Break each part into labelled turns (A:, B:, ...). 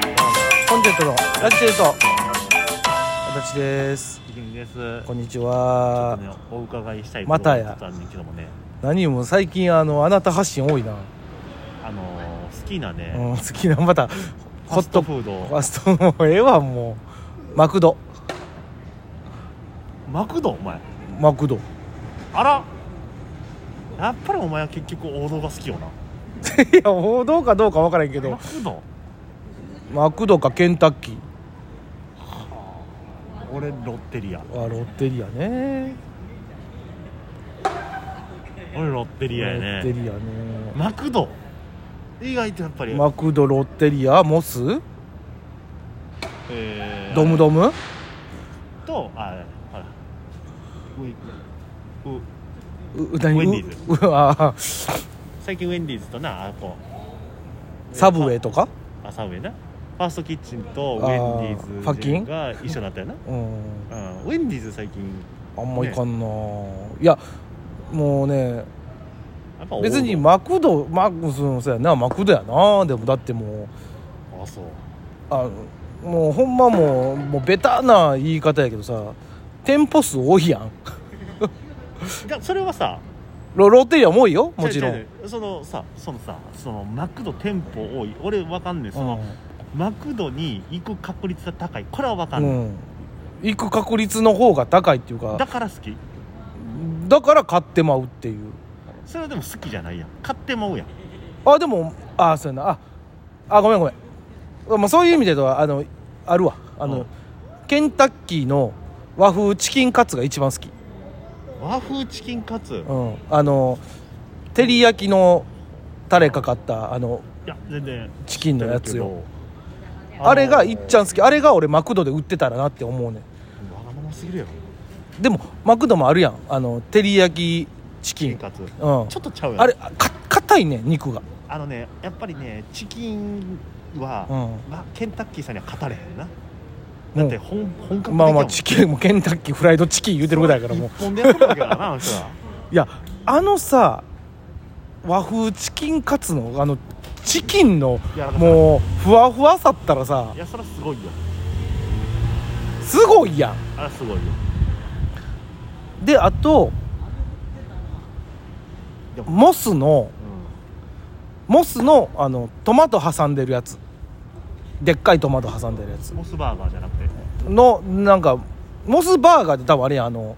A: ジェットのラジチェット私です
B: ひきみです。ち
A: こ
B: ょ
A: んにち
B: っと
A: は、
B: ね、お伺いしたい
A: またや
B: ことがあるんだけどもね、
A: 何も最近あのあなた発信多いな、
B: あのー好きな
A: う
B: ね、
A: ん、好きなまたホ
B: ホ
A: ッ
B: ッ
A: ト
B: ト
A: フ
B: フード、
A: ァストもうええわもうマクド
B: マクドお前。
A: マクド
B: あら、やっぱりお前は結局王道が好きよな。
A: いや王道かどうか分からへんけど
B: マクド。
A: マクドかケンタッキー
B: 俺ロッテリア。
A: あロッテリアね
B: 俺ロッテリ
A: ロ
B: ア
A: ッ
B: や
A: テ
B: ね。
A: リア
B: マクド。意外とやっぱり、
A: ねマクドロッテリアモス
B: えー
A: ドムドム
B: とああらウイウ
A: う何
B: ウェンディ
A: ううあ
B: 最近ウェンディーズとなあこ
A: サブウェイとか
B: あサブウェイなファーストキッチンとウ
A: あ
B: ェ
A: ー
B: ンディーズ
A: ファッキン
B: が一緒になったよな、
A: うん
B: うん、ウェンディーズ最近
A: あんまいかんな、いやもうね
B: やっぱ王道
A: 別にマクドマクそのそうやなマクドやなでもだっても
B: あそう
A: うあもうほんまもうもうベタな言い方やけどさ店舗数多いやん
B: じゃそれはさ
A: ロロッテリアも多いよもちろん
B: 違う違う違うそのさそのさそのマクド店舗多い俺わかんねえその、マクドに行く確率が高いこれはわか
A: うん
B: ねえ、
A: ん、うん、行く確率の方が高いっていうか
B: だ
A: だ
B: から好き
A: から買ってまうっていう
B: それはでも好きじゃないやん買ってまうやん
A: あでもあそうやなああごめんごめん、まあ、そういう意味で言うとあのあるわあの、
B: うん
A: ケンタッキーの和風チキンカツが一番好き
B: 和風チキンカツ、い
A: うん、あの照り焼きのタレかかったあの
B: や全然
A: チキンのやつよ
B: けど
A: あれがいっちゃん
B: ん
A: 好きあれが俺マクドで売ってたらなって思うね
B: わがまますぎるよ
A: んでもマクドもあるやんあの照り焼きチキ
B: チキン
A: ン
B: カツち
A: うん
B: ょっとちゃうよ
A: あれか硬いね肉が
B: あのねやっぱりねチキンは、
A: う
B: まあ、ケンタッキーさんには勝たれへんな
A: う
B: だ
A: ん
B: って本,、本格的やもん
A: まあまあチキンもケンタッキーフライドチキン言うてるぐらいやからもう
B: 一本でやってるわけだなあの人はい
A: やあのさ和風チキンカツのあのチキンの
B: いや
A: もうふわふわさったらさ
B: いやそれはすごいよ
A: すごいやん
B: あれはすごいよ
A: であと
B: でも、
A: モスの
B: う
A: モスのあのトマト挟んでるやつでっかいトマト挟んでるやつ
B: ん、モスバーガーじゃなくて
A: のなんかモスバーガーって多分あれやんあの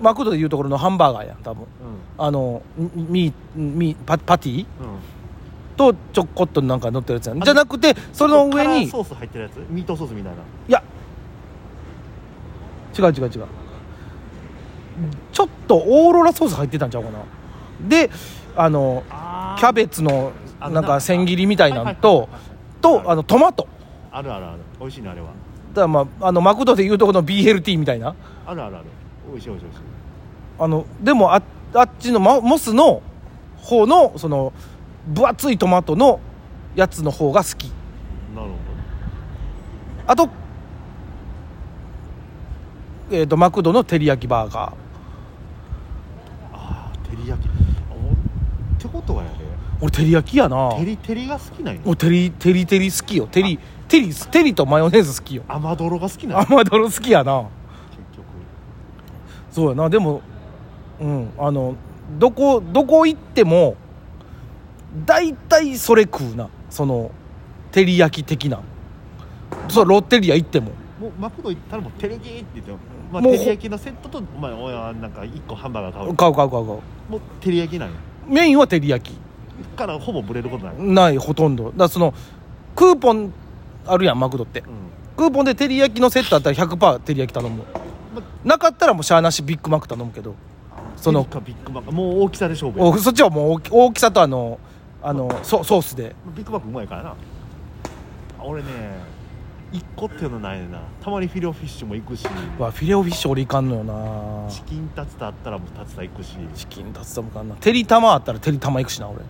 A: マクドでいうところのハンバーガーやん多分
B: う
A: あのミミミパパティ
B: ん、うん、
A: とちょこっとなんか乗ってるやつやんじゃなくてその上にい
B: カラーソース入ってるやつミートソースみたいな
A: や違う違う違うちょっとオーロラソース入ってたんちゃうかなであの
B: あー
A: キャベツの
B: あ
A: なん
B: な
A: か
B: んか
A: 千切りみたいなん
B: はいは
A: と
B: いはいはい
A: とあのトマト
B: あるあるある美味しいねあれは
A: だからまああのマクドでいうとこの BLT みたいな
B: あるあるある美味しい美味しい美味しい
A: あのでもああっちのモモスの方のその分厚いトマトのやつの方が好き
B: なるほ
A: あと,、えー、とマクドの照り焼きバーガー
B: どああ照り焼きあおってことはやで
A: 俺照り焼きやな
B: 照り照りが好きなんよ
A: 俺照り照り照り好きよ照り照り照りとマヨネーズ好きよ
B: 甘泥が好きなんよ
A: 甘泥好きやな
B: 結局
A: そうやなでもうんあのどこどこ行っても大体それ食うなその照り焼き的なそうロッテリア行っても
B: もうマクド行ったらもう照り焼きって言ってよまあ
A: もう
B: 照り焼きのセットとお前お前はなんか一個ハンバーガー買う
A: 買う買う買う買う
B: もう照り焼きなんよ
A: メインは照り焼き
B: からほぼブレることないうん
A: ないほとんどだからそのクーポンあるやんマクドってクーポンで照り焼きのセットあったら100%照り焼き頼むなかったらもうしゃあなしビッグマック頼むけどその
B: ビッグかビッグマックもう大きさで勝負や
A: おそっちはもう大き大きさとあのあのソソースで
B: ビッグマックうまいからな俺ね一個っていうのないねんなたまにフィレオフィッシュも行くし
A: わフィレオフィッシュ俺いかんのよな
B: チキンタツタあったらもうタツタ行くし
A: チキンタツタもかんな照り玉あったら照り玉行くしな俺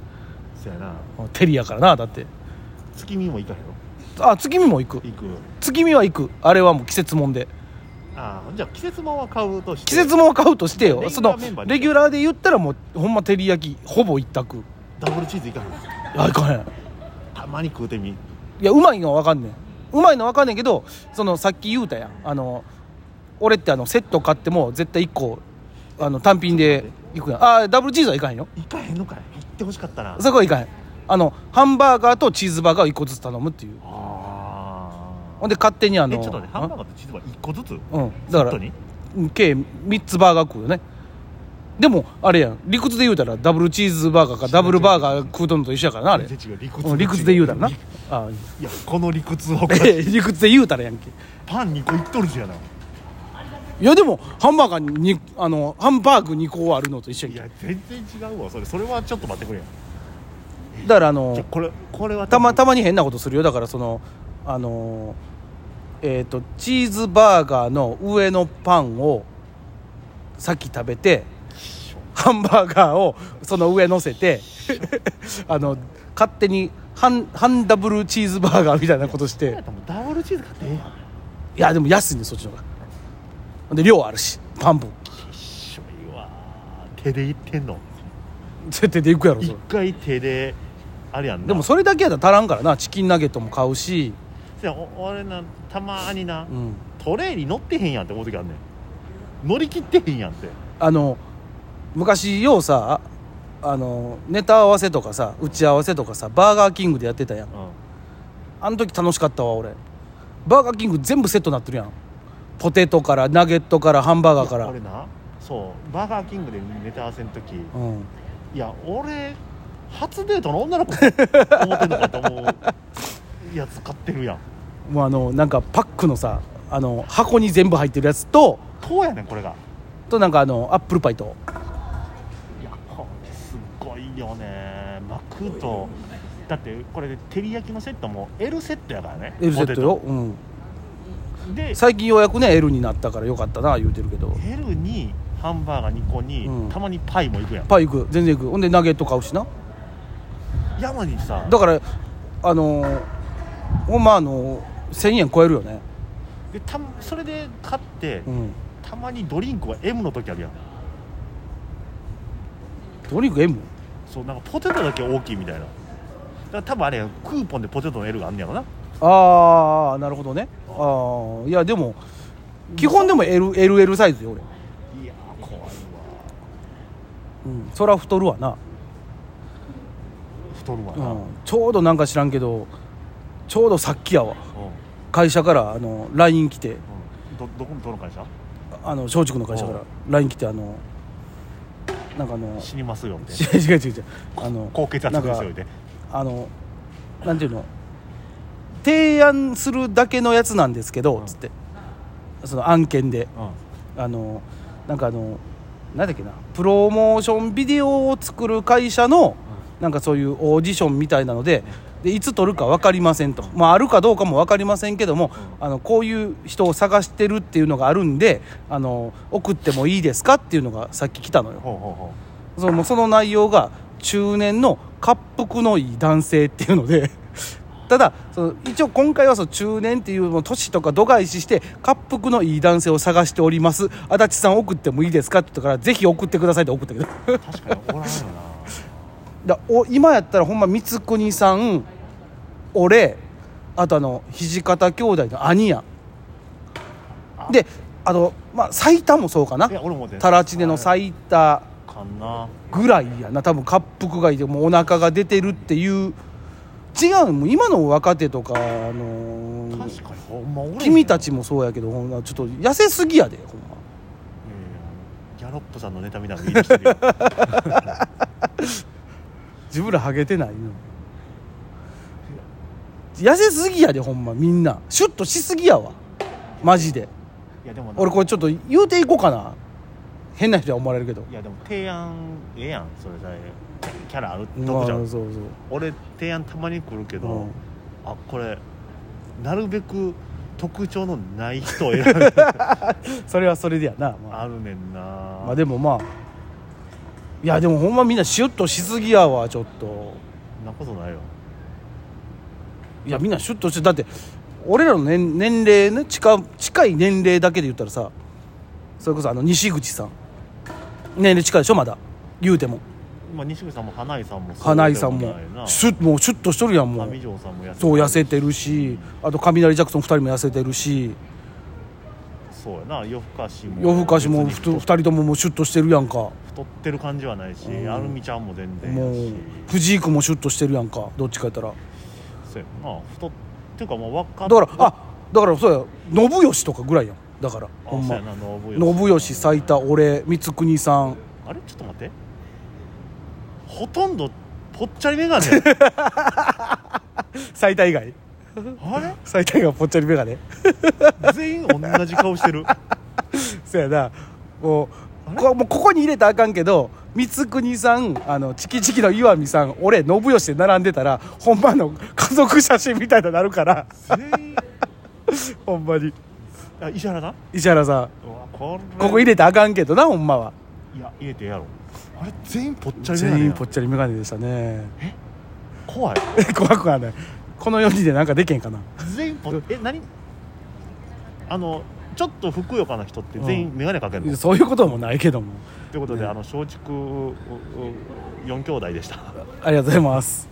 B: そやな
A: 照りやからなだって
B: 月見も行かへんよ
A: あ月見も行く
B: 行く
A: 月見は行くあれはもう季節もんで
B: ああじゃあ季節もんは買うとして
A: 季節もんは買うとして
B: レギ
A: よ
B: ュラー
A: その
B: メンバーで
A: レギュラーで言ったらもうほんま照り焼きほぼ一択
B: ダブルチーズいかへん
A: あいかへん
B: たまに食うてみ
A: いやうまいのは分かんねんうまいの分かんねんけどそのさっき言うたやんあの俺ってあのセット買っても絶対1個あの単品でいくやんああダブルチーズはいかへんよ
B: 行かへんのかい行ってほしかったな
A: そこはいかへんあのハンバーガーとチーズバーガーを1個ずつ頼むっていう
B: あ
A: ほんで勝手にあ
B: あえち
A: の
B: ょっと待ってハンバーガーとチーズは1個ずつ
A: うんだか
B: セット
A: ら
B: に
A: うん計3つバーガー食うよねでもあれやん理屈で言うたらダブルチーズバーガーかダブルバーガー食うとんのと一緒やからなあれ
B: 全然違う理屈
A: うん理屈で言うたらないあー
B: やこの理 屈を
A: 理屈で言うたらやんけ
B: パン2個いっとるじゃない
A: いやでもハンバーガーにあのハンバーグ2個あるのと一緒や
B: い
A: んけ
B: や全然違うわそれそれはちょっと待ってくれよ
A: だからあ
B: じゃ
A: の
B: これこれは
A: たまたまに変なことするよだからそのあのえっ、とチーズバーガーの上のパンをさっき食べてハンバーガーをその上乗せて あの勝手に半半ダブルチーズバーガーみたいなことし
B: それ
A: て
B: やったらもうダブルチーズ買ってええやん
A: いやでも安いねそっちの方がほんで量あるしパン分
B: きっしょいわ手でいってんの
A: 絶対でいくやろそ
B: 一
A: れ
B: 回手であれやんな
A: でもそれだけやったら足らんからなチキンナゲットも買うし
B: せやお俺なたまーにな、
A: うん
B: トレーに乗ってへんやんって思う時あんねん乗り切ってへんやんって
A: あの昔ようさあのネタ合わせとかさ打ち合わせとかさバーガーキングでやってたやん
B: う
A: あの時楽しかったわ俺バーガーキング全部セットになってるやんポテトからナゲットからハンバーガーから
B: 俺なそうバーガーキングでネタ合わせん時い
A: うん
B: や俺初デートの女の子思ってんのかと思うやつ買ってるやん
A: もうあのなんかパックのさあの箱に全部入ってるやつと
B: こうやねんこれが
A: となんかあのアップルパイと
B: いやこれすごいよねマクドだってこれ照り焼きのセットも L セットやからね
A: L セットよ、うん、
B: ポテトで
A: 最近ようやくね L になったからよかったな言うてるけど
B: L にハンバーガー2個に、
A: うん
B: たまにパイもいくやん
A: パイ行く全然行くほんでナゲット買うしな
B: 山にさ
A: だからあのーほんまあのー1000円超えるよね
B: でたそれで買って、
A: うん
B: たまにドリンクは M の時あるやん
A: ドリンク M
B: そうなんかポテトだけ大きいみたいなだから多分あれやクーポンでポテトの L があんねやろな
A: ああなるほどねああいやでも基本でも L LL サイズよ俺、
B: いやー怖いわ
A: うん、そら太るわな、
B: 太るわ
A: う
B: な、うん
A: ん、ちょうどなんか知らんけどちょうどさっきやわ会社からあの LINE 来て
B: うんどどこどの会社
A: あの松竹の会社か
B: う
A: ら
B: ん
A: LINE 来てあのなんかあの
B: 死にますよみたいな
A: 違う違う違う違うあの
B: 高血圧ですよ
A: なん
B: み
A: か
B: たい
A: あのなんていうの提案するだけのやつなんですけど、
B: うん
A: つってその案件で
B: な、うん
A: あのなんかあのなんだっけなプロモーションビデオを作る会社のなんかそういうオーディションみたいなのででいつ撮るか分かりませんと、まあ、あるかどうかも分かりませんけども、あのこういう人を探してるっていうのがあるんであの送ってもいいですかっていうのがさっき来たのよ。
B: ほうほうほ
A: そのその内容が中年の恰幅のいい男性っていうので ただその一応今回はその中年っていうもう年とか度外視して恰幅のいい男性を探しております足立さん送ってもいいですかって言ったからぜひ送ってくださいって送ったけど
B: う確かにおらんよな
A: だお今やったらほんま光国さん俺あとあの土方兄弟の兄や
B: あ
A: であとまあ最多もそうかない
B: や俺もね
A: タラチネの最多
B: かんな
A: ぐらいやな多分恰幅がいてもうお腹が出てるっていう違うもう今の若手とか、あのー
B: 確かにほんま俺
A: 君た
B: ち
A: ちもそうやけどほんまちょっと痩せすぎやでほんま
B: ギャロップさんのネタみたいなの言い出してるよ
A: 自分らハゲてないの痩せすぎやでほんまみんなシュッとしすぎやわマジで
B: いやでもな
A: 俺これちょっと言うていこうかな変な人は思われるけど
B: いやでも提案ええやんそれさキャラある
A: うん
B: とこじゃん
A: そうそう
B: 俺提案たまに来るけど、
A: うん
B: あこれなるべく特徴のない人を選ぶ
A: それはそれでやな、まあ
B: あるねんな
A: まあでもまあいやでもほんまみんなシュッとしすぎやわちょっと
B: そんなことないよ
A: いやみんなシュッとしてだって俺らの年年齢ね近近い年齢だけで言ったらさそれこそあの西口さん年齢近いでしょまだ言うても
B: えまあ、西口さんも花井さんも
A: 花井さんもシ
B: 上
A: ュッもうシュッとしとるやんもう
B: 条さんも痩せてるし
A: そう痩せてるしあと雷ジャクソン2人も痩せてるし
B: そうやな夜更かしも
A: 夜更かしもふと
B: 別に
A: 2
B: 太
A: 人とももうシュッとしてるやんか
B: 太ってる感じはないし、
A: うん
B: アルミちゃんも全然
A: も
B: や
A: う
B: し
A: 藤井君もシュッとしてるやんかどっちかやったら
B: そうやな太っっていうかもう若っ
A: だからあだからそうや信義とかぐらいやんだから
B: あ
A: ほん
B: そう
A: ま
B: やな信
A: 信義最多俺光国さん
B: あれちょっと待ってほとんどぽっちゃり メガネあ
A: 最多以外
B: れ
A: 最多以外ぽっちゃりメガネ
B: 全員同じ顔してる
A: そうやなも
B: あ
A: う
B: れ
A: こもうここに入れたらあかんけど光国さんあのチキチキの岩見さん俺信義で並んでたらほんまの家族写真みたいになるから
B: 全員
A: ほんまに
B: あ石原さん
A: 石原さん
B: うわこれ
A: ここ入れたらあかんけどなほんまはい
B: や入れてやろうあれ全員ぽっちゃりメガネ
A: 全
B: や
A: 員ぽっちゃりメガネでしたね
B: 怖い
A: 怖くはないこの4人でなんかでけんかな
B: 全員ぽっえ何あのちょっとふくよかな人って全員メガネかけるの、と
A: そういうこともないけども
B: いうことで、
A: ね
B: あの松竹うう四兄弟でした
A: ありがとうございます